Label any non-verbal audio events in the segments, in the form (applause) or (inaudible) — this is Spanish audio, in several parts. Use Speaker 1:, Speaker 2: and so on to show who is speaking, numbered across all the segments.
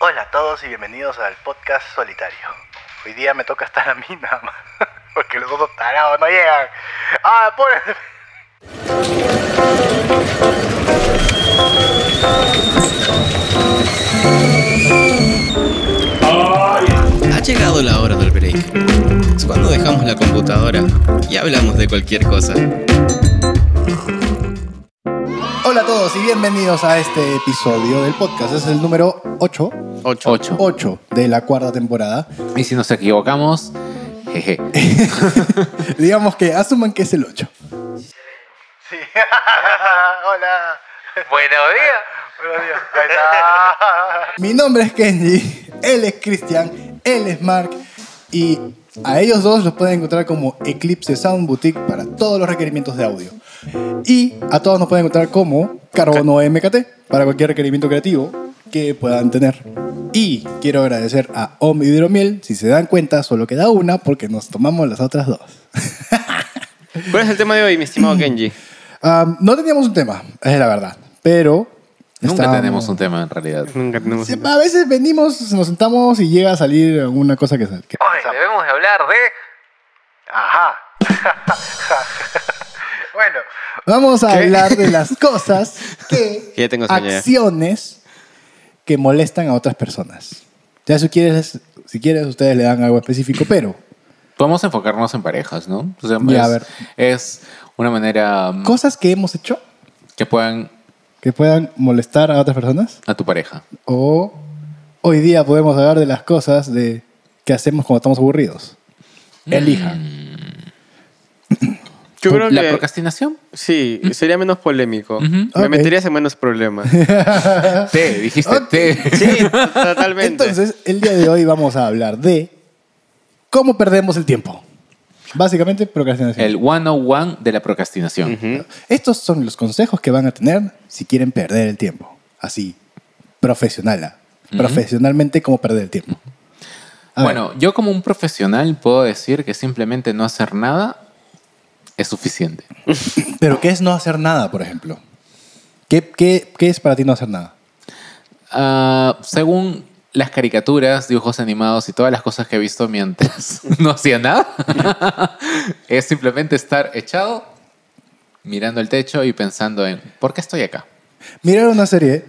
Speaker 1: Hola a todos y bienvenidos al podcast solitario. Hoy día me toca estar a mí (laughs) nada más, porque los otros tarados no llegan. ¡Ah, pobre!
Speaker 2: Ha llegado la hora del break. Es cuando dejamos la computadora y hablamos de cualquier cosa.
Speaker 1: Hola a todos y bienvenidos a este episodio del podcast. Es el número 8,
Speaker 2: 8.
Speaker 3: 8.
Speaker 1: 8 de la cuarta temporada.
Speaker 3: Y si nos equivocamos, jeje.
Speaker 1: Digamos que asuman que es el 8. Sí. (laughs) Hola.
Speaker 4: Buenos días.
Speaker 1: Buenos días. Ahí está. Mi nombre es Kenji, él es Cristian, él es Mark y a ellos dos los pueden encontrar como Eclipse Sound Boutique para todos los requerimientos de audio. Y a todos nos pueden encontrar como Carbono MKT para cualquier requerimiento creativo que puedan tener. Y quiero agradecer a Om Hidromiel, si se dan cuenta solo queda una porque nos tomamos las otras dos.
Speaker 2: ¿Cuál es el tema de hoy, mi estimado Kenji?
Speaker 1: Ah, no teníamos un tema, es la verdad, pero...
Speaker 3: Nunca
Speaker 1: estábamos-
Speaker 3: tenemos un tema en realidad.
Speaker 2: Nunca tenemos.
Speaker 1: Sí, A veces venimos, nos sentamos y llega a salir alguna cosa que... que-
Speaker 4: Hoy debemos de hablar de.
Speaker 1: Ajá. (laughs) bueno. Vamos a hablar de las cosas que...
Speaker 2: Que ya tengo sueño ya.
Speaker 1: acciones que molestan a otras personas. Ya si quieres, si quieres ustedes le dan algo específico, pero
Speaker 3: Podemos enfocarnos en parejas, ¿no? O sea,
Speaker 1: Ya,
Speaker 3: es,
Speaker 1: a ver.
Speaker 3: es una manera mm,
Speaker 1: cosas que hemos hecho
Speaker 3: que puedan
Speaker 1: que puedan molestar a otras personas.
Speaker 3: a tu pareja.
Speaker 1: O hoy día podemos hablar de las cosas de que hacemos cuando estamos aburridos. Elijan.
Speaker 5: Yo creo
Speaker 3: ¿La
Speaker 5: que
Speaker 3: procrastinación?
Speaker 5: sí, sería menos polémico. Me
Speaker 1: Ok.
Speaker 5: meterías en menos
Speaker 1: (laughs)
Speaker 5: problemas.
Speaker 3: Te, dijiste
Speaker 1: Ah. Ok.
Speaker 3: te.
Speaker 5: Sí, totalmente.
Speaker 1: Entonces, el día de hoy vamos a hablar de cómo perdemos el tiempo. Básicamente, procrastinación.
Speaker 3: El 101 de la procrastinación.
Speaker 5: Ujú.
Speaker 1: Estos son los consejos que van a tener si quieren perder el tiempo. Así, profesional. ¿ah? Profesionalmente, cómo perder el tiempo. A ver,
Speaker 3: Bueno, yo como un profesional puedo decir que simplemente no hacer nada es suficiente.
Speaker 1: pero ¿qué es no hacer nada, por ejemplo? ¿Qué, qué, qué es para ti no hacer nada?
Speaker 3: Ah, según las caricaturas, dibujos animados y todas las cosas que he visto mientras (laughs) no hacía nada, es simplemente estar echado, mirando el techo y pensando en, ¿por qué estoy acá?
Speaker 1: Mirar una serie.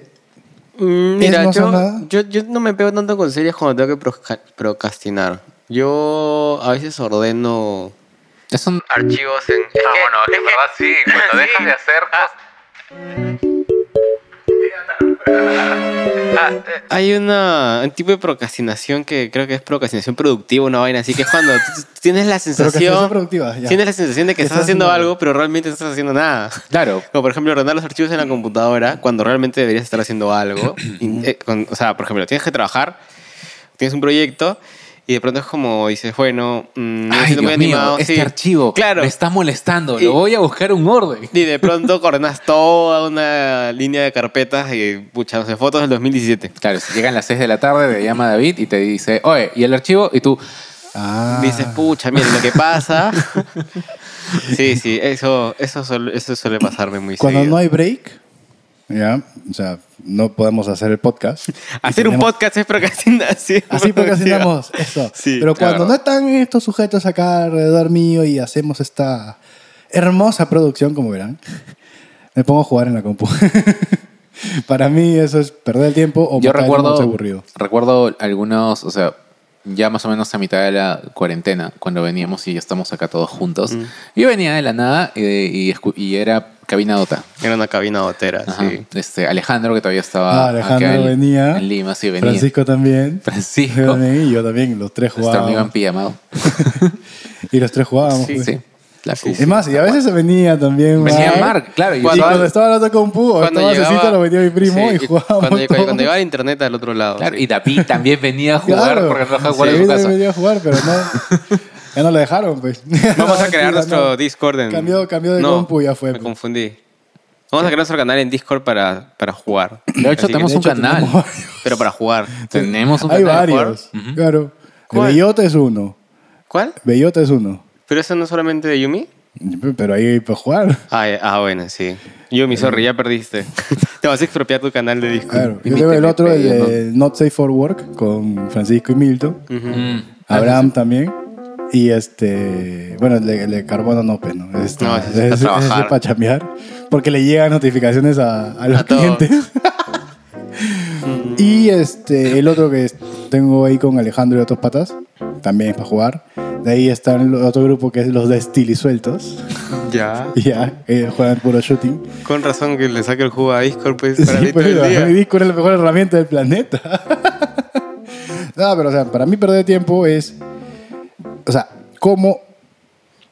Speaker 5: Mm, Mira,
Speaker 1: no hacer
Speaker 5: yo,
Speaker 1: nada?
Speaker 5: yo, yo no me pego tanto con series cuando tengo que prosca- procrastinar. Yo a veces ordeno.
Speaker 3: Es un...
Speaker 4: Archivos en. ah, bueno, que en verdad sí. Cuando dejas de hacer. cosas- Ah, eh,
Speaker 5: Hay una, un tipo de procrastinación que creo que es procrastinación productiva, una vaina así, que es cuando tú- tú tienes la
Speaker 1: Procrastinación
Speaker 5: sensación.
Speaker 1: productiva, ya.
Speaker 5: Tienes la sensación de que estás, haciendo algo, pero realmente no estás haciendo nada. (laughs)
Speaker 3: Claro,
Speaker 5: Como por ejemplo ordenar los archivos en la computadora cuando realmente deberías estar haciendo algo. Y, eh, con- o sea, por ejemplo, tienes que trabajar, tienes un proyecto y de pronto es como dices, bueno, mm, no me
Speaker 3: ay
Speaker 5: siento muy
Speaker 3: Dios mío,
Speaker 5: animado.
Speaker 3: este
Speaker 5: sí.
Speaker 3: archivo
Speaker 5: Claro.
Speaker 3: me está molestando,
Speaker 5: Y-
Speaker 3: lo voy a buscar un orden.
Speaker 5: Y de pronto coordenas toda una línea de carpetas y pucha, no sé, fotos del 2017.
Speaker 3: Claro, si llegan las 6 de la tarde, te llama David y te dice, oye, ¿y el archivo? Y tú,
Speaker 1: Ah.
Speaker 5: Dices, pucha, miren lo que
Speaker 1: (laughs)
Speaker 5: pasa. sí, sí, eso, eso, suele, eso suele pasarme muy
Speaker 1: Cuando
Speaker 5: seguido.
Speaker 1: no hay break, ya, o sea, no podemos hacer el
Speaker 3: (laughs)
Speaker 1: podcast.
Speaker 5: Hacer un
Speaker 1: Tenemos-
Speaker 5: podcast es procrastinación. (laughs)
Speaker 1: Así procrastinamos eso.
Speaker 5: Sí,
Speaker 1: Pero cuando
Speaker 3: claro.
Speaker 1: no están estos sujetos acá alrededor mío y hacemos esta hermosa producción, como verán, me pongo a jugar en la compu. (laughs) Para mí eso es perder el tiempo o
Speaker 3: Yo
Speaker 1: matar el
Speaker 3: recuerdo,
Speaker 1: tiempo aburrido.
Speaker 3: recuerdo algunos, o sea, ya más o menos a mitad de la cuarentena, cuando veníamos y ya estamos acá todos juntos. Yo venía de la nada eh, y, escu- y era cabina dota.
Speaker 5: Era una cabina botera,
Speaker 3: Ajá.
Speaker 5: sí.
Speaker 3: Este, Alejandro, que todavía estaba
Speaker 1: Ah, Alejandro
Speaker 3: acá en-
Speaker 1: venía.
Speaker 3: en Lima, sí, venía.
Speaker 1: Francisco también. (laughs)
Speaker 3: Francisco.
Speaker 1: Yo también, y yo también, los tres
Speaker 3: Nuestro amigo en
Speaker 1: jugábamos.
Speaker 3: pijamado.
Speaker 1: Y los tres jugábamos.
Speaker 5: Sí,
Speaker 1: pues.
Speaker 3: Sí. La cu-
Speaker 1: Es más, y a veces se venía también.
Speaker 3: Venía Mark, claro. y yo
Speaker 1: Y
Speaker 5: Cuando-
Speaker 1: cuando estaba en la otra compu, o
Speaker 5: cuando
Speaker 1: estaba
Speaker 5: llegaba-
Speaker 1: Cecita, lo venía mi primo
Speaker 5: Sí,
Speaker 1: y jugábamos.
Speaker 5: Cuando, lleg-
Speaker 1: todos.
Speaker 5: cuando llegaba el internet al otro lado.
Speaker 3: Claro,
Speaker 5: sí.
Speaker 3: y David también venía a jugar
Speaker 1: Claro.
Speaker 3: porque no dejaba jugar
Speaker 1: Sí,
Speaker 3: en su
Speaker 1: yo también
Speaker 3: casa.
Speaker 1: venía a jugar, pero
Speaker 3: (laughs)
Speaker 1: no. ya no lo dejaron, pues.
Speaker 5: Vamos
Speaker 1: (laughs) No,
Speaker 5: a crear
Speaker 1: mentira,
Speaker 5: nuestro
Speaker 1: no.
Speaker 5: Discord en...
Speaker 1: Cambió, cambió de
Speaker 5: No,
Speaker 1: compu y ya fue.
Speaker 5: Me
Speaker 1: pues.
Speaker 5: confundí. Vamos a crear nuestro canal en Discord para, para jugar.
Speaker 3: De hecho,
Speaker 5: Así que-
Speaker 3: tenemos
Speaker 1: De hecho,
Speaker 3: un canal.
Speaker 1: tenemos-
Speaker 5: Pero para
Speaker 1: (laughs)
Speaker 5: jugar.
Speaker 3: Tenemos un
Speaker 1: Hay
Speaker 3: canal.
Speaker 1: varios. Claro.
Speaker 5: ¿Cuál?
Speaker 1: Bellota es uno.
Speaker 5: ¿Cuál?
Speaker 1: Bellota es uno.
Speaker 5: ¿Pero eso no es solamente de Yumi?
Speaker 1: Pero ahí hay para
Speaker 3: (laughs)
Speaker 1: jugar.
Speaker 5: Ay, ah, bueno, sí. Yo, mi sorry, ya
Speaker 1: (laughs)
Speaker 5: perdiste. Te vas a expropiar tu canal de disco.
Speaker 1: Claro.
Speaker 5: Y
Speaker 1: Yo
Speaker 5: mi
Speaker 1: tengo el otro, el
Speaker 5: TNP, ¿no?
Speaker 1: de Not Safe for Work, con Francisco y Milton.
Speaker 3: Mm.
Speaker 5: Ah,
Speaker 1: Abraham también. Y este, bueno, el de, el de Carbono no, pues, ¿no? Es,
Speaker 5: No, ese es para trabajar.
Speaker 1: para chambear. Porque le llegan notificaciones a, a los
Speaker 5: A todos. (laughs)
Speaker 1: clientes. (laughs) y este, el otro que es- tengo ahí con Alejandro y otros patas, también es para jugar. De ahí está el otro grupo que es los de Stili Sueltos.
Speaker 5: Ya.
Speaker 1: (laughs) Y ya, ellos juegan puro shooting.
Speaker 5: Con razón que le saque el jugo a Discord, pues, para
Speaker 1: Sí,
Speaker 5: mí todo
Speaker 1: pues,
Speaker 5: el
Speaker 1: mi
Speaker 5: día.
Speaker 1: disco era la mejor herramienta del planeta. (laughs) no, pero o sea, para mí perder tiempo es. O sea, como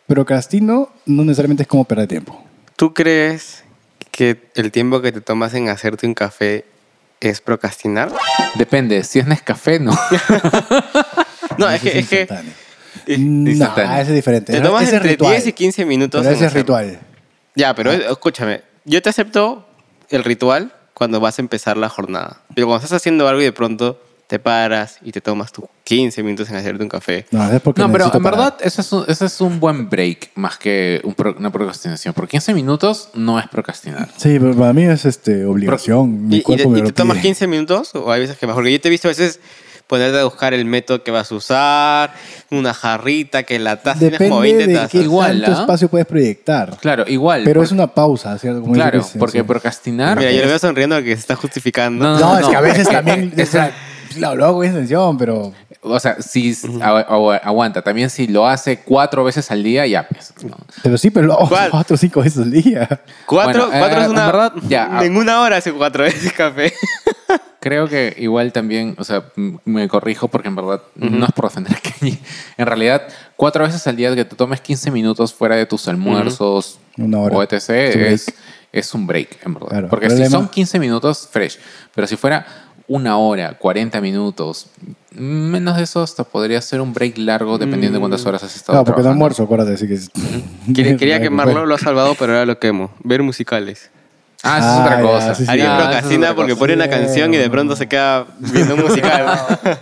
Speaker 1: procrastino no necesariamente es como perder tiempo.
Speaker 5: ¿Tú crees que el tiempo que te tomas en hacerte un café es procrastinar?
Speaker 3: Depende, si es Nescafé, no.
Speaker 5: No, es
Speaker 1: Ese
Speaker 5: que... Es que eh,
Speaker 1: instantáneo.
Speaker 5: es-
Speaker 1: no,
Speaker 3: instantáneo.
Speaker 1: ese es diferente.
Speaker 5: te
Speaker 1: No,
Speaker 5: tomas
Speaker 1: ese es
Speaker 5: entre
Speaker 1: ritual.
Speaker 5: 10 y 15 minutos.
Speaker 1: Pero
Speaker 5: en
Speaker 1: ese es
Speaker 5: hacer-
Speaker 1: ritual.
Speaker 5: Ya, pero eh, escúchame, yo te acepto el ritual cuando vas a empezar la jornada. Pero cuando estás haciendo algo y de pronto te paras y te tomas tus 15 minutos en hacerte un café.
Speaker 1: No, es porque
Speaker 3: No, pero
Speaker 1: necesito
Speaker 3: en
Speaker 1: parar.
Speaker 3: verdad eso es un, ese es un buen break más que un pro- una procrastinación. Por 15 minutos no es procrastinar.
Speaker 1: Sí, pero para mí es este, obligación.
Speaker 5: Y,
Speaker 1: Mi
Speaker 5: y te,
Speaker 1: cuerpo me
Speaker 5: y
Speaker 1: lo
Speaker 5: te tomas
Speaker 1: pide.
Speaker 5: 15 minutos o hay veces que más. Porque yo te he visto a veces ponerte a buscar el método que vas a usar, una jarrita, que la taza, tienes como
Speaker 1: Depende
Speaker 5: 20
Speaker 1: de
Speaker 5: tazas.
Speaker 1: qué
Speaker 3: Igual,
Speaker 1: tanto
Speaker 3: ¿ah?
Speaker 1: espacio puedes proyectar.
Speaker 3: Claro, igual.
Speaker 1: Pero
Speaker 3: por-
Speaker 1: es una pausa, ¿cierto? Como dice
Speaker 3: Claro,
Speaker 1: Cristian,
Speaker 3: porque
Speaker 1: sí.
Speaker 3: procrastinar.
Speaker 5: Mira, yo
Speaker 3: es-
Speaker 5: le veo sonriendo que se está justificando.
Speaker 3: No,
Speaker 1: No, es que a veces
Speaker 3: que- (laughs)
Speaker 1: también. o
Speaker 3: es-
Speaker 1: sea, Claro, lo hago en intención, pero
Speaker 3: O sea, si s- agu- agu- aguanta. También si lo hace cuatro veces al día, ya pues. ¿no?
Speaker 1: Pero sí, pero lo hago
Speaker 5: ¿Cuál?
Speaker 1: cuatro o cinco veces al día.
Speaker 5: Cuatro,
Speaker 3: Bueno,
Speaker 5: cuatro
Speaker 3: eh,
Speaker 5: es una.
Speaker 3: en verdad, ya.
Speaker 5: En una hora hace cuatro veces café.
Speaker 3: Creo que igual también, o sea, m- me corrijo porque en verdad no es por ofender a Kenji. (laughs) En realidad, cuatro veces al día que te tomes 15 minutos fuera de tus almuerzos
Speaker 1: Una hora.
Speaker 3: o etc.
Speaker 1: break.
Speaker 3: Es, es un break, en verdad.
Speaker 1: Claro,
Speaker 3: porque
Speaker 1: problema-
Speaker 3: si son 15 minutos, fresh. Pero si fuera una hora, 40 minutos, menos de eso, hasta podría ser un break largo dependiendo de
Speaker 5: Mm.
Speaker 3: cuántas horas has estado.
Speaker 1: Claro, porque no
Speaker 3: trabajando.
Speaker 1: almuerzo, acuérdate. Así que...
Speaker 5: (laughs) Quería, quería
Speaker 1: (laughs)
Speaker 5: quemarlo,
Speaker 1: Bueno,
Speaker 5: lo ha salvado, pero ahora lo quemo. Ver musicales.
Speaker 3: Ah, eso es
Speaker 1: Ah,
Speaker 3: otra
Speaker 1: ya,
Speaker 3: cosa.
Speaker 1: sí, sí.
Speaker 5: Alguien
Speaker 1: Ah,
Speaker 3: eso es
Speaker 5: procrastina
Speaker 3: otra
Speaker 5: porque
Speaker 3: cosa.
Speaker 5: pone una
Speaker 1: Sí,
Speaker 5: canción y de pronto se queda viendo un musical.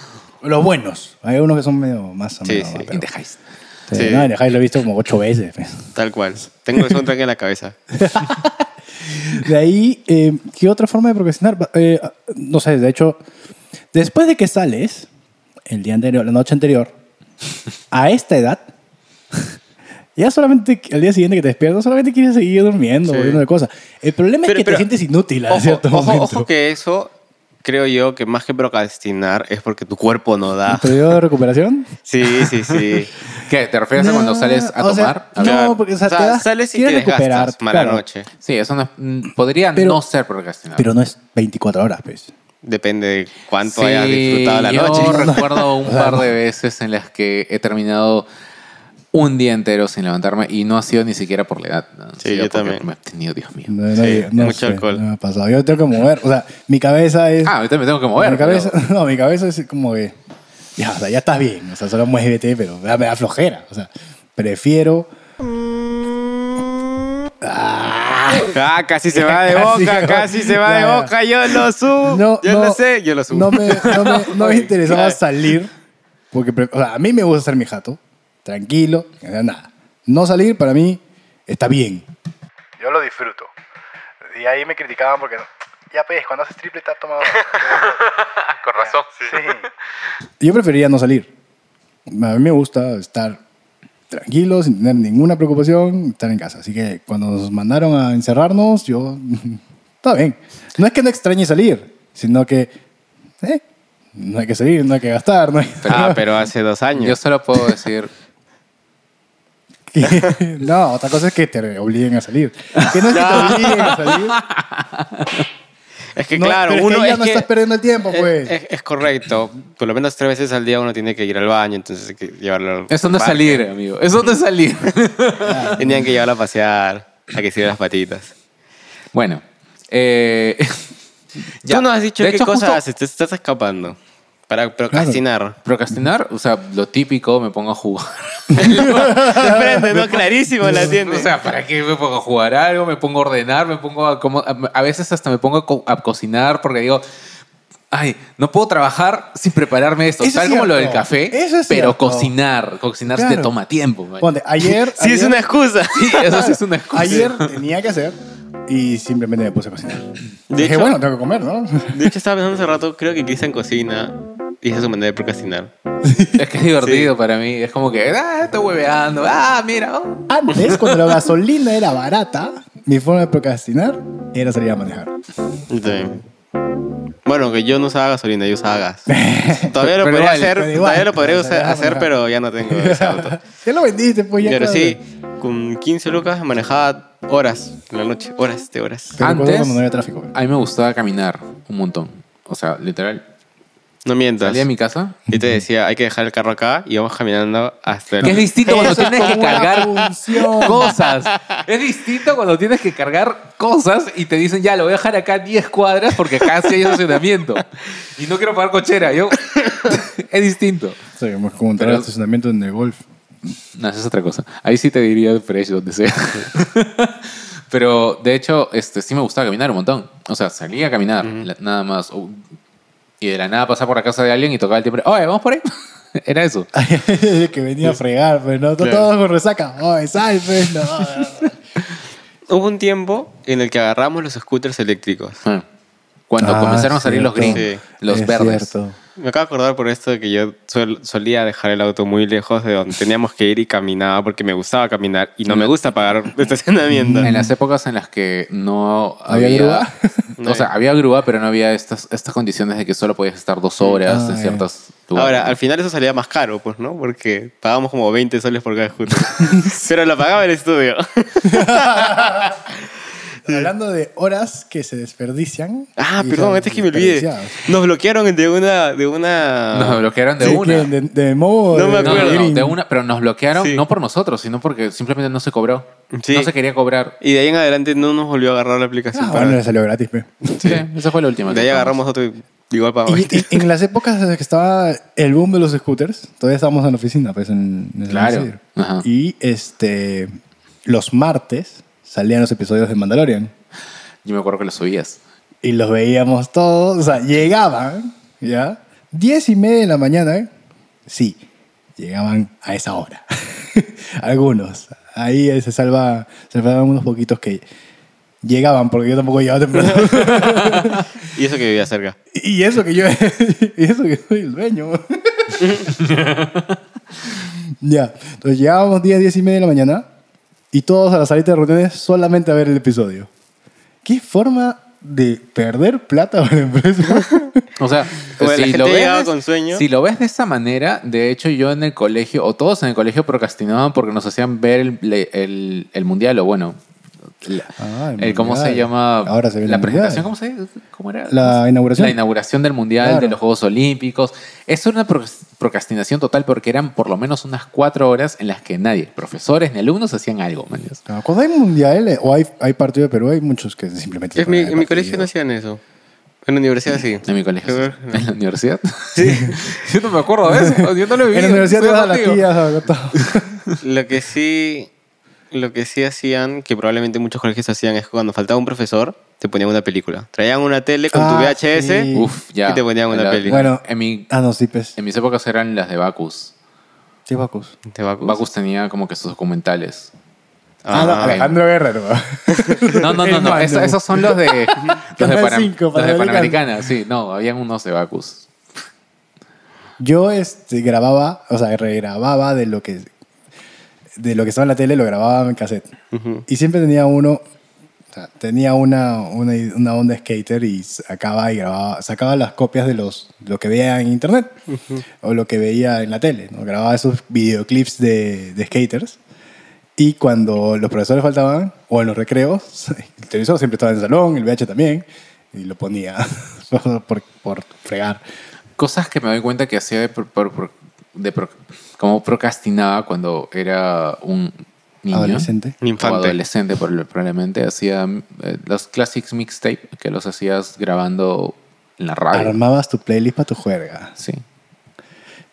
Speaker 1: (laughs) Los buenos. Hay unos que son medio más o
Speaker 5: Sí,
Speaker 1: menos.
Speaker 5: sí.
Speaker 1: más, pero-
Speaker 3: In the Heights.
Speaker 1: Sí,
Speaker 5: Sí.
Speaker 1: No, en el High lo he visto como ocho veces. pues.
Speaker 5: Tal cual. Tengo el soundtrack en la cabeza.
Speaker 1: De ahí, eh, ¿qué otra forma de procrastinar? Eh, no sé, de hecho, después de que sales, el día anterior, la noche anterior, a esta edad, ya solamente al día siguiente que te despiertas, solamente quieres seguir durmiendo,
Speaker 5: Sí.
Speaker 1: viendo de cosas. El problema
Speaker 5: Pero-
Speaker 1: es que
Speaker 5: pero-
Speaker 1: te sientes inútil a
Speaker 5: Ojo,
Speaker 1: cierto
Speaker 5: ojo,
Speaker 1: momento.
Speaker 5: ojo que eso, creo yo, que más que procrastinar es porque tu cuerpo no
Speaker 1: (laughs)
Speaker 5: da.
Speaker 1: ¿Periodo de recuperación?
Speaker 5: Sí, sí,
Speaker 1: (laughs)
Speaker 5: sí.
Speaker 3: ¿Qué? ¿Te refieres a cuando sales a
Speaker 1: o sea,
Speaker 3: tomar? A ver.
Speaker 5: Claro.
Speaker 1: no, porque o sea, te das-
Speaker 5: sales y te
Speaker 1: quieres recuperar,
Speaker 5: desgastas. Mala
Speaker 1: claro,
Speaker 5: noche.
Speaker 3: Sí, eso no es- mm, podría
Speaker 1: Pero-
Speaker 3: no ser
Speaker 5: Ah.
Speaker 3: procrastinar.
Speaker 1: Pero no es 24 horas, pues.
Speaker 5: Depende de cuánto
Speaker 3: Sí,
Speaker 5: hayas disfrutado la
Speaker 3: yo
Speaker 1: (laughs)
Speaker 5: noche.
Speaker 3: recuerdo un par de veces en las que he terminado un día entero sin levantarme y no ha sido ni siquiera por la edad. ¿no? Ha
Speaker 5: Sí,
Speaker 3: sido
Speaker 5: yo
Speaker 3: porque
Speaker 5: también.
Speaker 3: Me he tenido, Dios mío.
Speaker 1: No, no,
Speaker 5: Sí,
Speaker 1: no
Speaker 5: mucho
Speaker 1: sé,
Speaker 5: alcohol.
Speaker 1: no me ha pasado. Yo tengo que mover. O sea, mi cabeza es.
Speaker 3: Ah, ahorita me tengo que mover.
Speaker 1: mi
Speaker 3: pero-
Speaker 1: cabeza, (laughs) No, mi cabeza es como que. Ya, o sea, ya estás bien. O sea, solo muévete, pero me da- me da flojera. O sea, prefiero.
Speaker 5: (laughs) Ah, casi se va de
Speaker 1: (laughs) Casi
Speaker 5: boca,
Speaker 1: que-
Speaker 5: casi se va de
Speaker 1: Ya, ya.
Speaker 5: boca. Yo lo subo.
Speaker 1: No,
Speaker 5: yo
Speaker 1: no,
Speaker 5: lo sé, yo lo subo.
Speaker 1: No me, no me- no me
Speaker 5: Ay,
Speaker 1: interesaba
Speaker 5: claro.
Speaker 1: salir. Porque, pre- o sea, a mí me gusta ser mi jato. Tranquilo, que no sea nada. No salir para mí está bien.
Speaker 4: Yo lo disfruto. Y ahí me criticaban porque. Ya pues, cuando haces triple te has
Speaker 5: (laughs)
Speaker 4: tomado. Con razón. Sí.
Speaker 1: Yo preferiría no salir. A mí me gusta estar tranquilo, sin tener ninguna preocupación, estar en casa. Así que cuando nos mandaron a encerrarnos, yo... (laughs) Está bien. No es que no extrañe salir, sino que... eh, no hay que salir, no hay que gastar, no hay
Speaker 5: (laughs) (laughs) Ah, pero hace dos años.
Speaker 3: (laughs) Yo solo
Speaker 5: (laughs)
Speaker 3: puedo decir,
Speaker 1: no, otra cosa es (laughs) que te obliguen a salir. Que no es
Speaker 5: (laughs)
Speaker 1: que te obliguen a salir.
Speaker 5: Es que
Speaker 1: No,
Speaker 5: claro,
Speaker 1: pero es que
Speaker 5: uno
Speaker 1: ya
Speaker 5: es
Speaker 1: no
Speaker 5: que-
Speaker 1: estás perdiendo el tiempo,
Speaker 5: es-
Speaker 1: pues.
Speaker 5: Es, es correcto. Por lo menos tres veces al día uno tiene que ir al baño, entonces hay que llevarlo. al
Speaker 3: eso no es
Speaker 5: parque.
Speaker 3: salir, amigo. Eso no es salir. (laughs)
Speaker 5: Tenían que llevarlo a pasear, a que hiciera las patitas.
Speaker 3: bueno. eh, (laughs) ya.
Speaker 5: Tú no has dicho
Speaker 3: De
Speaker 5: qué
Speaker 3: hecho,
Speaker 5: cosas
Speaker 3: justo-
Speaker 5: haces, te estás escapando para procrastinar.
Speaker 3: Procrastinar, o sea, lo típico, me pongo a jugar.
Speaker 5: (laughs) De frente, no, clarísimo la entiendes.
Speaker 3: O sea, ¿para qué me pongo a jugar algo? Me pongo a ordenar, me pongo a... como- a- a veces hasta me pongo a, co- a cocinar porque digo... Ay, no puedo trabajar sin prepararme esto.
Speaker 1: Eso es
Speaker 3: Tal como lo del
Speaker 1: cierto.
Speaker 3: café,
Speaker 1: Eso es
Speaker 3: pero
Speaker 1: cierto.
Speaker 3: cocinar, cocinar se te
Speaker 1: Claro.
Speaker 3: toma tiempo. man.
Speaker 1: Ponte, ayer.
Speaker 5: (laughs) Sí, es
Speaker 1: ayer-
Speaker 5: una excusa.
Speaker 3: Sí, eso sí
Speaker 1: (laughs)
Speaker 3: es una excusa.
Speaker 1: Ayer tenía que hacer y simplemente me puse a cocinar.
Speaker 5: De
Speaker 1: Dije,
Speaker 5: hecho-
Speaker 1: bueno, tengo que comer, ¿no?
Speaker 5: De hecho, estaba pensando hace rato, creo que Cristian cocina y esa es su manera de procrastinar.
Speaker 3: Es que es divertido para mí. Es como que, ah, estoy hueveando. Ah, mira. oh.
Speaker 1: Antes, cuando la gasolina era barata, mi forma de procrastinar era salir a manejar.
Speaker 5: Yo también. Bueno, que yo no usaba gasolina, yo usaba gas. Todavía
Speaker 3: Pero
Speaker 5: lo podría
Speaker 3: igual,
Speaker 5: hacer,
Speaker 1: pero igual.
Speaker 5: todavía lo podría
Speaker 1: O
Speaker 5: usar-
Speaker 1: sea, ya,
Speaker 5: hacer,
Speaker 1: bueno.
Speaker 5: pero ya no tengo ese auto.
Speaker 1: Ya lo vendiste, pues ya.
Speaker 5: Pero
Speaker 1: claro.
Speaker 5: sí, con 15 lucas manejaba horas en la noche, horas de horas.
Speaker 1: Te recuerdo
Speaker 3: Antes-
Speaker 1: cuando no había tráfico. güey.
Speaker 3: A mí me gustaba caminar un montón. O sea, literal.
Speaker 5: No mientas.
Speaker 3: Salía de mi casa.
Speaker 5: Y te decía, hay que dejar el carro acá y vamos caminando hasta el...
Speaker 3: Que es distinto cuando
Speaker 1: Eso es
Speaker 3: tienes que
Speaker 1: como una
Speaker 3: cargar
Speaker 1: función.
Speaker 3: cosas. Es distinto cuando tienes que cargar cosas y te dicen, ya, lo voy a dejar acá 10 cuadras porque acá sí hay estacionamiento. Y no quiero pagar cochera. Yo... (laughs) es distinto.
Speaker 1: Sí, como encontrar
Speaker 3: Pero-
Speaker 1: el estacionamiento en
Speaker 5: (laughs)
Speaker 1: el golf.
Speaker 3: No, eso es otra cosa. Ahí sí te diría fresh donde sea. (laughs) Pero de hecho, este, sí me gustaba caminar un montón. O sea, salía a caminar, la- nada más. O- Y de la nada pasaba por la casa de alguien y tocaba el timbre. Oye, vamos por ahí. (laughs) Era eso.
Speaker 1: que venía a fregar, pues no,
Speaker 5: Claro.
Speaker 1: todos con resaca. Ay, sal, pues no.
Speaker 5: Hubo un tiempo en el que agarramos los scooters eléctricos.
Speaker 3: Ah. Cuando
Speaker 1: Ah,
Speaker 3: comenzaron a salir los
Speaker 1: cierto.
Speaker 3: green,
Speaker 5: Sí,
Speaker 3: los
Speaker 1: Es
Speaker 3: verdes.
Speaker 1: cierto.
Speaker 5: Me acabo de acordar por esto de que yo sol- solía dejar el auto muy lejos de donde teníamos que ir y caminaba porque me gustaba caminar y no me gusta pagar (laughs) estacionamiento.
Speaker 3: En las épocas en las que no
Speaker 1: ¿Había
Speaker 3: había,
Speaker 1: grúa?
Speaker 3: (laughs) o sea, había grúa, pero no había estas, estas condiciones de que solo podías estar dos horas
Speaker 1: Ah,
Speaker 3: en
Speaker 1: ya.
Speaker 3: ciertos lugares.
Speaker 5: Ahora, al final eso salía más caro, pues, ¿no? Porque pagamos como 20 soles por cada
Speaker 1: (laughs)
Speaker 5: scooter. Pero lo pagaba el estudio.
Speaker 1: Hablando de horas que se desperdician.
Speaker 5: Ah,
Speaker 1: y
Speaker 5: perdón,
Speaker 1: son
Speaker 5: antes que me olvide.
Speaker 1: desperdiciadas.
Speaker 5: Nos bloquearon de una... De una...
Speaker 3: (laughs) Nos bloquearon de
Speaker 1: Sí,
Speaker 3: una.
Speaker 1: que ¿De, de Momo o
Speaker 5: No
Speaker 1: de-
Speaker 5: me
Speaker 1: de
Speaker 3: No, no, no,
Speaker 5: acuerdo.
Speaker 1: Green?
Speaker 3: de una, pero nos bloquearon
Speaker 5: Sí.
Speaker 3: no por nosotros, sino porque simplemente no se cobró.
Speaker 5: Sí.
Speaker 3: No se quería cobrar.
Speaker 5: Y de ahí en adelante no nos volvió a agarrar la aplicación.
Speaker 1: Ah,
Speaker 5: para-
Speaker 1: bueno, le salió gratis, pe.
Speaker 3: Sí, esa fue la última.
Speaker 5: de
Speaker 3: que
Speaker 5: ahí
Speaker 3: usamos.
Speaker 5: agarramos otro y igual pagamos.
Speaker 1: Y, y- en las épocas en las que estaba el boom de los scooters, todavía estábamos en la oficina, pues en, en el
Speaker 3: Claro.
Speaker 1: Isidro.
Speaker 3: Ajá.
Speaker 1: Y este, los martes salían los episodios de Mandalorian.
Speaker 3: Yo me acuerdo que lo subías.
Speaker 1: Y los veíamos todos, o sea, llegaban, ¿ya? Diez y media de la mañana, ¿eh? sí, llegaban a esa hora. (laughs) Algunos. Ahí eh, se salva, se salvaban unos poquitos que llegaban, porque yo tampoco llegaba temprano.
Speaker 5: (laughs) Y eso que vivía cerca.
Speaker 1: y eso que yo, (laughs) y eso que soy el dueño. (laughs) ya, entonces llegábamos diez, diez y media de la mañana y todos a la salita de reuniones solamente a ver el episodio. ¿Qué forma de perder plata para la empresa? (laughs)
Speaker 3: O sea,
Speaker 5: Bueno, la
Speaker 3: si,
Speaker 5: gente
Speaker 3: lo
Speaker 5: llegaba
Speaker 3: ves,
Speaker 5: con sueño.
Speaker 3: si lo ves de esta manera, de hecho yo en el colegio, o todos en el colegio procrastinaban porque nos hacían ver el, el- el mundial, o bueno, la-
Speaker 1: Ah, el
Speaker 3: el ¿cómo
Speaker 1: mundial.
Speaker 3: se llama?
Speaker 1: Ahora se ve
Speaker 3: la
Speaker 1: el mundial.
Speaker 3: presentación, ¿cómo se ¿Cómo era?
Speaker 1: La inauguración.
Speaker 3: La inauguración del mundial,
Speaker 1: Claro.
Speaker 3: de los Juegos Olímpicos. Eso era una pro- procrastinación total porque eran por lo menos unas cuatro horas en las que nadie, profesores ni alumnos, hacían algo, man.
Speaker 1: Claro, Cuando hay mundial eh, o hay, hay partido de Perú, hay muchos que simplemente...
Speaker 5: Es mi- en mi
Speaker 1: partido.
Speaker 5: colegio no hacían eso. En la universidad sí.
Speaker 3: En mi colegio. sí.
Speaker 5: Yo-
Speaker 3: ¿En la universidad? Sí. (laughs) yo no me acuerdo de eso. Yo no lo viví.
Speaker 1: En la universidad te
Speaker 3: Soy
Speaker 1: vas a las
Speaker 3: contigo.
Speaker 1: tías, a todo. (laughs)
Speaker 5: Lo que sí, lo que sí hacían, que probablemente muchos colegios hacían, es que cuando faltaba un profesor, te ponían una película. Traían una tele con tu
Speaker 1: Ah,
Speaker 5: VHS.
Speaker 1: sí.
Speaker 3: Uf, ya.
Speaker 5: Y te ponían una
Speaker 3: En la-
Speaker 5: peli.
Speaker 1: Bueno.
Speaker 3: en, mi,
Speaker 1: Ah, no, sí, pues.
Speaker 3: en mis épocas eran las de Bacus.
Speaker 1: Sí, Bacus.
Speaker 5: Te va a gustar.
Speaker 3: Bacus tenía como que sus documentales.
Speaker 1: Ah, no,
Speaker 5: Ah,
Speaker 1: Alejandro Guerrero.
Speaker 3: (laughs) No, no, no,
Speaker 1: El
Speaker 3: (laughs) no.
Speaker 1: mando.
Speaker 3: esa- esos son (laughs) los de, los de,
Speaker 1: Canal
Speaker 3: Panam-
Speaker 1: cinco,
Speaker 3: los de
Speaker 1: Panamericana.
Speaker 3: Panamericana. Sí, no, habían unos de Bacus.
Speaker 1: Yo este, grababa, o sea, regrababa de lo que de lo que estaba en la tele, lo grababa en cassette.
Speaker 5: Ujú.
Speaker 1: Y siempre tenía uno, o sea, tenía una, una, una onda skater y sacaba y grababa, sacaba las copias de los, lo que veía en internet o lo que veía en la tele. ¿no? Grababa esos videoclips de, de skaters. Y cuando los profesores faltaban, o en los recreos, (laughs) el televisor siempre estaba en el salón, el VH también, y lo ponía (laughs) por, por fregar.
Speaker 3: Cosas que me doy cuenta que hacía de, pro- pro- pro- de pro- como procrastinaba cuando era un niño.
Speaker 1: Adolescente.
Speaker 5: Un
Speaker 3: O
Speaker 5: infante.
Speaker 3: adolescente prob- probablemente. Hacía eh, los classics mixtape que los hacías grabando en la radio.
Speaker 1: Armabas tu playlist para tu juerga.
Speaker 3: Sí.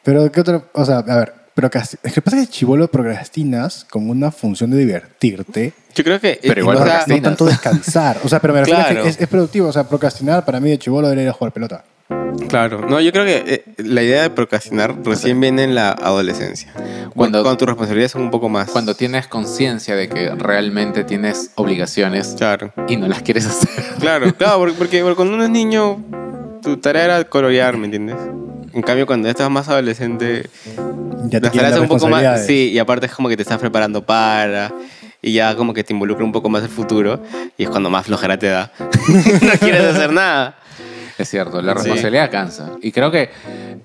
Speaker 1: Pero, ¿qué otra? O sea, a ver, procrasti- es que pasa que chivolo procrastinas con una función de divertirte.
Speaker 5: Yo creo que.
Speaker 3: Pero
Speaker 5: eh,
Speaker 3: igual
Speaker 5: o sea,
Speaker 1: No
Speaker 3: procrastinas.
Speaker 1: tanto descansar. O sea, pero me refiero a
Speaker 5: Claro.
Speaker 1: que es, es productivo. O sea, procrastinar para mí de chivolo era ir a jugar pelota.
Speaker 5: Claro. No, yo creo que eh, la idea de procrastinar recién viene en la adolescencia.
Speaker 3: Cuando-
Speaker 5: Cuando, tus responsabilidades son un poco más.
Speaker 3: Cuando tienes conciencia de que realmente tienes obligaciones
Speaker 5: Claro.
Speaker 3: y no las quieres hacer.
Speaker 5: Claro, claro, porque, porque cuando uno es niño, tu tarea era colorear, ¿me entiendes? En cambio, cuando ya estás más adolescente,
Speaker 1: Ya te
Speaker 5: las
Speaker 1: quieren
Speaker 5: tareas
Speaker 1: dar
Speaker 5: son un poco más.
Speaker 1: responsabilidades.
Speaker 5: Sí, y aparte es como que te estás preparando para. Y ya como que te involucra un poco más el futuro. Y es cuando más flojera te da. (laughs) no quieres hacer nada.
Speaker 3: Es cierto, la
Speaker 5: Sí.
Speaker 3: responsabilidad cansa. Y creo que,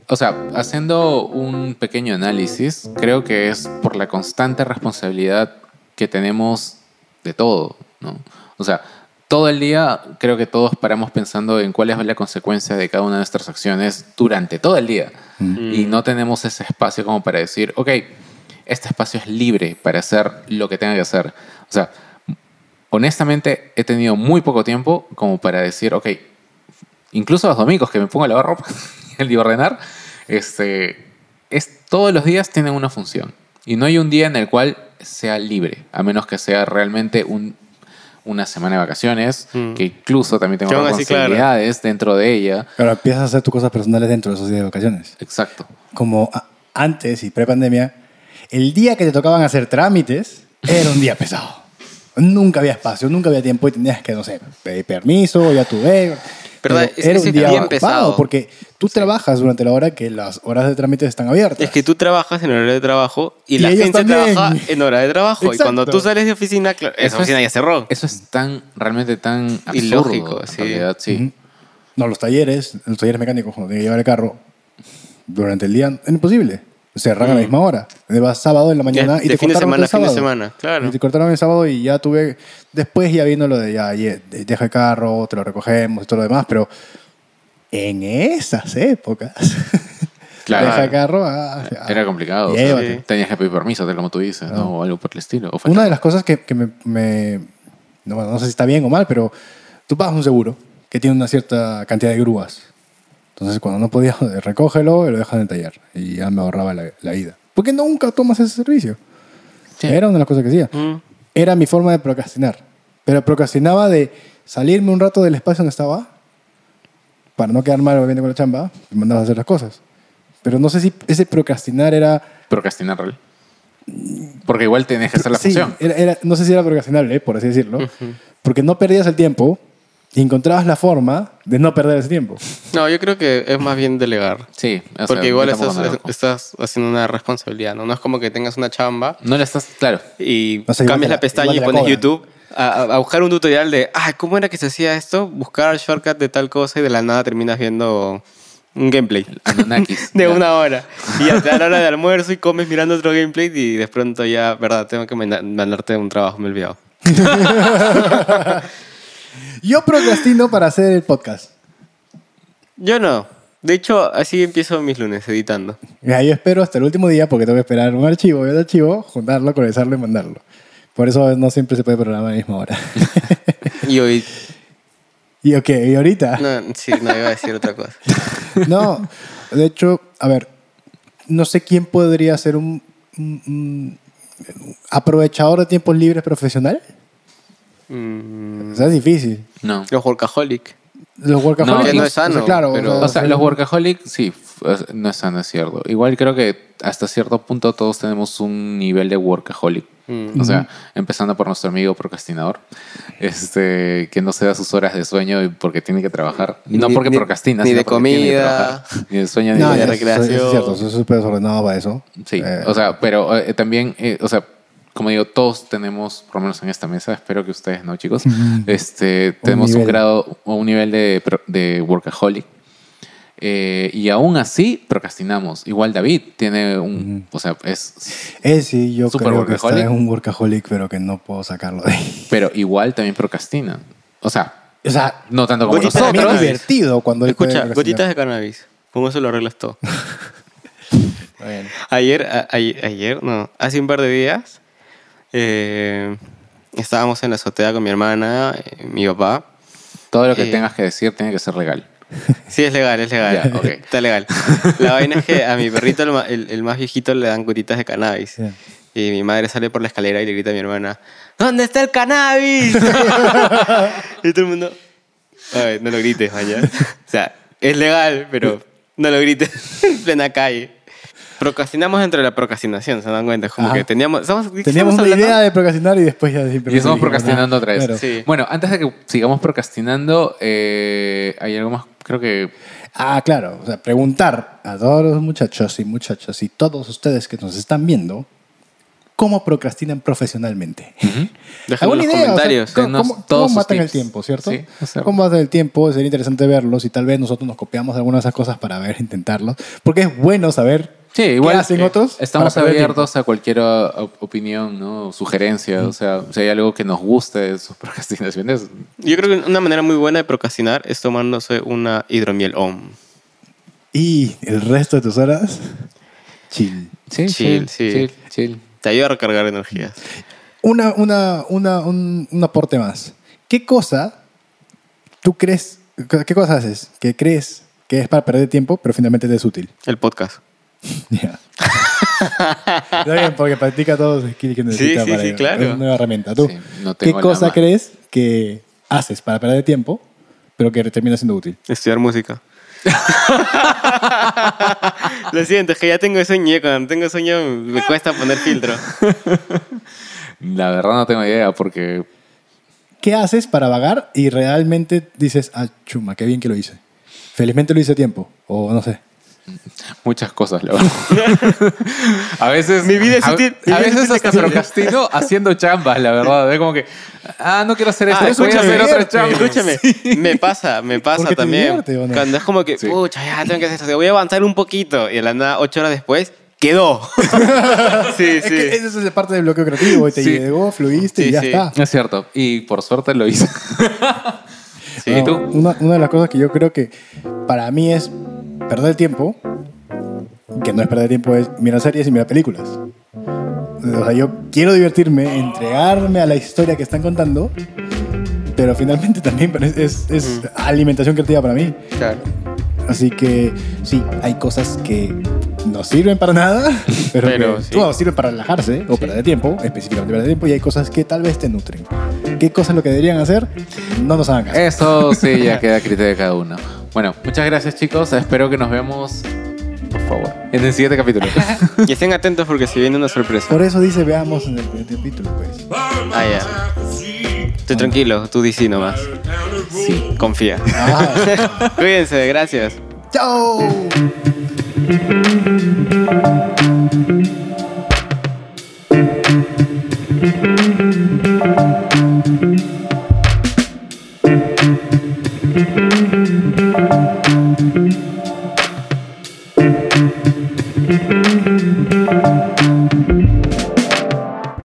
Speaker 3: o sea, haciendo un pequeño análisis, creo que es por la constante responsabilidad que tenemos de todo, ¿no? O sea, todo el día creo que todos paramos pensando en cuál es la consecuencia de cada una de nuestras acciones durante todo el día. Y no tenemos ese espacio como para decir, ok, este espacio es libre para hacer lo que tenga que hacer. O sea, honestamente he tenido muy poco tiempo como para decir, ok, incluso los domingos que me pongo a lavar ropa (laughs) y a ordenar, este, es, todos los días tienen una función. Y no hay un día en el cual sea libre, a menos que sea realmente un, una semana de vacaciones,
Speaker 5: Mm.
Speaker 3: que incluso también tengo
Speaker 5: Que aún así, claro.
Speaker 3: responsabilidades dentro de ella.
Speaker 1: Claro, empiezas a hacer tus cosas personales dentro de esos días de vacaciones.
Speaker 3: Exacto.
Speaker 1: Como a- antes y prepandemia, el día que te tocaban hacer trámites era un día pesado. Nunca había espacio, nunca había tiempo y tenías que, no sé, pedir permiso, ya tuve.
Speaker 5: Pero es-
Speaker 1: era
Speaker 5: ese
Speaker 1: un
Speaker 5: es
Speaker 1: día
Speaker 5: bien
Speaker 1: ocupado
Speaker 5: pesado.
Speaker 1: porque tú trabajas durante la hora que las horas de trámites están abiertas.
Speaker 5: Es que tú trabajas en horario de trabajo y,
Speaker 1: Y
Speaker 5: la
Speaker 1: ellos
Speaker 5: gente
Speaker 1: también.
Speaker 5: trabaja en hora de trabajo. Y
Speaker 1: Exacto.
Speaker 5: cuando tú sales de oficina, claro,
Speaker 3: Eso
Speaker 5: esa
Speaker 3: es-
Speaker 5: oficina ya cerró.
Speaker 3: Eso es tan, realmente tan absurdo.
Speaker 5: Ilógico,
Speaker 3: en
Speaker 5: sí.
Speaker 3: realidad, sí.
Speaker 1: Ujú. No, los talleres, los talleres mecánicos, cuando tienen que llevar el carro, durante el día es imposible. Cerran a la misma hora. Vas sábado en la mañana
Speaker 5: Mm. Ya,
Speaker 1: y
Speaker 5: de
Speaker 1: te
Speaker 5: fin de
Speaker 1: cortaron todo
Speaker 5: semana,
Speaker 1: el
Speaker 5: fin de
Speaker 1: sábado.
Speaker 5: semana, claro.
Speaker 1: Y te cortaron el sábado y ya tuve. Después ya vino lo de ya, ye- de- deja el carro, te lo recogemos y todo lo demás, pero en esas épocas. (laughs)
Speaker 3: Claro.
Speaker 1: Deja el carro. ah, ah.
Speaker 3: Era complicado. o sea,
Speaker 1: Llévate.
Speaker 3: tenías que pedir permiso, tal como tú dices, ¿no? O algo por el estilo. O
Speaker 1: Una de las cosas que, que me, me- no, bueno, no sé si está bien o mal, pero tú pagas un seguro que tiene una cierta cantidad de grúas. Entonces, cuando no podías, (laughs) recógelo y lo dejas en el taller. Y ya me ahorraba la, la ida. ¿Por qué nunca tomas ese servicio?
Speaker 3: Sí.
Speaker 1: Era una de las cosas que hacía.
Speaker 5: Mm.
Speaker 1: Era mi forma de procrastinar. Pero procrastinaba de salirme un rato del espacio donde estaba para no quedar mal obviamente con la chamba. y mandabas a hacer las cosas. Pero no sé si ese procrastinar era...
Speaker 3: procrastinar. ¿vale? Porque igual tenés que hacer la
Speaker 1: Sí,
Speaker 3: función.
Speaker 1: era- era- no sé si era procrastinable, por así decirlo, porque no perdías el tiempo y encontrabas la forma de no perder ese tiempo.
Speaker 5: No, yo creo que es más bien delegar.
Speaker 3: Sí, o sea,
Speaker 5: Porque
Speaker 3: yo
Speaker 5: igual
Speaker 3: tampoco
Speaker 5: estás,
Speaker 3: me lo-
Speaker 5: estás haciendo una responsabilidad, ¿no? No es como que tengas una chamba
Speaker 3: No le estás, claro.
Speaker 5: y
Speaker 1: O sea, igual te
Speaker 5: cambias
Speaker 1: la-
Speaker 5: la pestaña
Speaker 1: igual
Speaker 5: y
Speaker 1: te la
Speaker 5: pones
Speaker 1: cobran.
Speaker 5: YouTube a, a- a buscar un tutorial de, ah, ¿cómo era que se hacía esto? Buscar el shortcut de tal cosa y de la nada terminas viendo un gameplay
Speaker 3: Anunnakis.
Speaker 5: de
Speaker 3: ya.
Speaker 5: una hora. Y ya te da la hora de almuerzo y comes mirando otro gameplay y de pronto ya, verdad, tengo que manda- mandarte un trabajo, me he olvidado.
Speaker 1: Yo procrastino para hacer el podcast.
Speaker 5: Yo no. De hecho, así empiezo mis lunes, editando.
Speaker 1: Mira, yo espero hasta el último día porque tengo que esperar un archivo, ver el archivo, juntarlo, conectarlo y mandarlo. Por eso no siempre se puede programar a la misma
Speaker 3: (laughs)
Speaker 1: hora.
Speaker 5: Y hoy...
Speaker 1: y ok, y ahorita.
Speaker 5: No, sí, no iba a decir otra cosa.
Speaker 1: (laughs) No, de hecho, a ver, no sé quién podría ser un, un- un- un aprovechador de tiempos libres profesional.
Speaker 5: Mm,
Speaker 1: O sea, es difícil.
Speaker 3: No.
Speaker 5: los workaholic.
Speaker 1: Los workaholics.
Speaker 3: No, que no
Speaker 5: es sano,
Speaker 1: o sea, claro,
Speaker 5: pero-
Speaker 3: O sea, los workaholics, sí, f- es- no están, es cierto. Igual creo que hasta cierto punto todos tenemos un nivel de workaholic.
Speaker 5: Mm.
Speaker 3: O sea, empezando por nuestro amigo procrastinador, este, que no se da sus horas de sueño y porque tiene que trabajar. No
Speaker 5: Ni-
Speaker 3: porque
Speaker 5: ni-
Speaker 3: procrastina,
Speaker 5: ni
Speaker 3: sino
Speaker 5: de
Speaker 3: porque tiene que
Speaker 5: comida.
Speaker 3: trabajar. ni de sueño, ni
Speaker 1: No,
Speaker 3: de
Speaker 1: ya,
Speaker 5: la
Speaker 1: eso-
Speaker 5: recreación.
Speaker 1: eso es cierto, soy súper desordenado para eso.
Speaker 3: Sí,
Speaker 1: Eh,
Speaker 3: o sea, pero eh, también, eh, o sea, como digo, todos tenemos, por lo menos en esta mesa, espero que ustedes no,
Speaker 1: (laughs)
Speaker 3: chicos, este, tenemos un,
Speaker 1: nivel.
Speaker 3: grado o un nivel de, pro- de workaholic. Eh, y aún así procrastinamos. Igual David tiene un, o sea, es,
Speaker 1: él eh, sí, yo
Speaker 3: súper
Speaker 1: creo que está
Speaker 3: workaholic.
Speaker 1: en un workaholic, pero que no puedo sacarlo de ahí. (laughs)
Speaker 3: pero igual también procrastina. O sea,
Speaker 1: O sea,
Speaker 3: no tanto como
Speaker 1: Gotita también es
Speaker 3: nosotros.
Speaker 1: divertido cuando él puede
Speaker 5: Escucha,
Speaker 1: procrastinar.
Speaker 5: gotitas de cannabis. Con eso lo arreglas todo.
Speaker 1: Bueno.
Speaker 5: Ayer, a- a- ayer, no, hace un par de días, eh, estábamos en la azotea con mi hermana, eh, mi papá.
Speaker 3: Todo lo que
Speaker 5: Eh.
Speaker 3: tengas que decir tiene que ser legal.
Speaker 5: Sí, es legal, es legal.
Speaker 3: Ya, ok.
Speaker 5: Está legal. La vaina es que a mi perrito, el, ma- el- el más viejito, le dan gotitas de cannabis.
Speaker 1: Sí.
Speaker 5: Y mi madre sale por la escalera y le grita a mi hermana, ¿dónde está el (laughs) cannabis? y todo el mundo, "Ay, no lo grites, mañana. o sea, es legal, pero no lo grites (laughs) en plena calle. Procrastinamos dentro de la procrastinación, se dan cuenta. Es como
Speaker 1: Ajá.
Speaker 5: que teníamos. estamos- ¿qué estamos
Speaker 1: Teníamos una
Speaker 5: hablando?
Speaker 1: idea de procrastinar y después ya...
Speaker 3: Y estamos procrastinando otra vez.
Speaker 1: Claro.
Speaker 5: Sí.
Speaker 3: Bueno, antes de que sigamos procrastinando, eh, hay algo más, creo que...
Speaker 1: Ah, claro. O sea, preguntar a todos los muchachos y muchachas y todos ustedes que nos están viendo, ¿cómo procrastinan profesionalmente?
Speaker 5: Déjalo en los
Speaker 1: idea? O sea,
Speaker 5: comentarios.
Speaker 1: ¿cómo-
Speaker 3: denos
Speaker 1: ¿Cómo,
Speaker 3: eh, todos
Speaker 1: cómo
Speaker 3: sus
Speaker 1: matan el
Speaker 3: tips.
Speaker 1: tiempo, cierto?
Speaker 3: Sí, es cierto.
Speaker 1: ¿Cómo matan el tiempo? Sería interesante verlos y tal vez nosotros nos copiamos de algunas de esas cosas para ver, (laughs) intentarlos. Porque es bueno saber
Speaker 3: Sí, igual
Speaker 1: qué hacen
Speaker 3: eh,
Speaker 1: otros.
Speaker 3: estamos
Speaker 1: para perder
Speaker 3: abiertos a cualquier ah, op- opinión, ¿no? Sugerencia, o sea, si hay algo que nos guste de sus (laughs) procrastinaciones,
Speaker 5: Yo creo que una manera muy buena de procrastinar es tomándose una hidromiel OM.
Speaker 1: tiempo. Y el resto de tus horas, chill.
Speaker 3: sí,
Speaker 5: Chill,
Speaker 3: chill,
Speaker 5: sí.
Speaker 3: chill, chill.
Speaker 5: Te ayuda a recargar energías.
Speaker 1: Una, una, una, un, un aporte más. ¿Qué cosa tú crees, qué cosa haces que crees que es para perder tiempo, pero finalmente te es útil? (laughs)
Speaker 5: El podcast.
Speaker 1: Ya. Está bien, porque practica todos los skills que necesita
Speaker 5: sí,
Speaker 1: para
Speaker 5: sí, claro.
Speaker 1: Es una nueva herramienta. ¿Tú?
Speaker 3: Sí, no
Speaker 1: ¿Qué
Speaker 3: tengo la
Speaker 1: cosa
Speaker 3: ma-
Speaker 1: crees que haces para perder tiempo, pero que termina siendo útil?
Speaker 5: Estudiar música. (laughs) Lo siento, es que ya tengo sueño. y Cuando tengo sueño me cuesta poner
Speaker 1: (laughs)
Speaker 5: filtro.
Speaker 3: La verdad no tengo idea porque
Speaker 1: ¿Qué haces para vagar y realmente dices, ah, chuma, qué bien que lo hice? Felizmente lo hice a tiempo, o no sé.
Speaker 3: muchas cosas, la verdad.
Speaker 5: (laughs)
Speaker 3: a veces...
Speaker 5: Mi vida es
Speaker 3: a-
Speaker 5: útil, mi
Speaker 3: A,
Speaker 5: vida es
Speaker 3: veces
Speaker 5: útil,
Speaker 3: hasta
Speaker 5: Casandra.
Speaker 3: procrastino haciendo chambas, la verdad. Es como que, ah, no quiero hacer esto,
Speaker 5: Ah,
Speaker 3: voy a hacer otra chamba.
Speaker 5: escúchame. Me pasa, me pasa
Speaker 1: Porque te
Speaker 5: también.
Speaker 1: divierte, ¿o no?
Speaker 5: Cuando es como que,
Speaker 3: Sí.
Speaker 5: pucha, ya tengo que hacer esto, voy a avanzar un poquito. Y de la nada, ocho horas después,
Speaker 1: (laughs)
Speaker 5: quedó. sí,
Speaker 1: Es que
Speaker 5: sí.
Speaker 1: esa es la parte del bloqueo creativo, y te
Speaker 3: Sí.
Speaker 1: llegó, fluiste
Speaker 5: Sí,
Speaker 1: y ya
Speaker 5: sí.
Speaker 1: está.
Speaker 3: Es cierto, y por suerte lo hice.
Speaker 5: Sí.
Speaker 3: ¿Y tú?
Speaker 1: Una, una de las cosas que yo creo que para mí es perder tiempo, que no es perder tiempo, es mirar series y mirar películas. O sea, yo quiero divertirme, entregarme a la historia que están contando, pero finalmente también (laughs) parece- es, es alimentación creativa para mí.
Speaker 5: Claro.
Speaker 1: Así que sí, hay cosas que no sirven
Speaker 5: (laughs)
Speaker 1: para nada, pero,
Speaker 5: Pero
Speaker 1: que,
Speaker 5: sí.
Speaker 1: bueno, sirven para relajarse o perder tiempo, específicamente perder tiempo, y hay cosas que tal vez te nutren. ¿Qué cosas lo que deberían hacer? No nos hagan caso.
Speaker 3: Eso sí, ya queda a criterio de cada uno. Bueno, muchas gracias chicos, espero que nos veamos, por favor, en el siguiente capítulo.
Speaker 5: Y estén atentos porque se viene una sorpresa.
Speaker 1: Por eso dice, veamos en el primer capítulo, pues.
Speaker 5: Ah, ya. Estoy tranquilo, tú dicí nomás. Sí. Confía.
Speaker 1: Ah,
Speaker 5: (laughs) Cuídense, gracias.
Speaker 1: ¡Chao!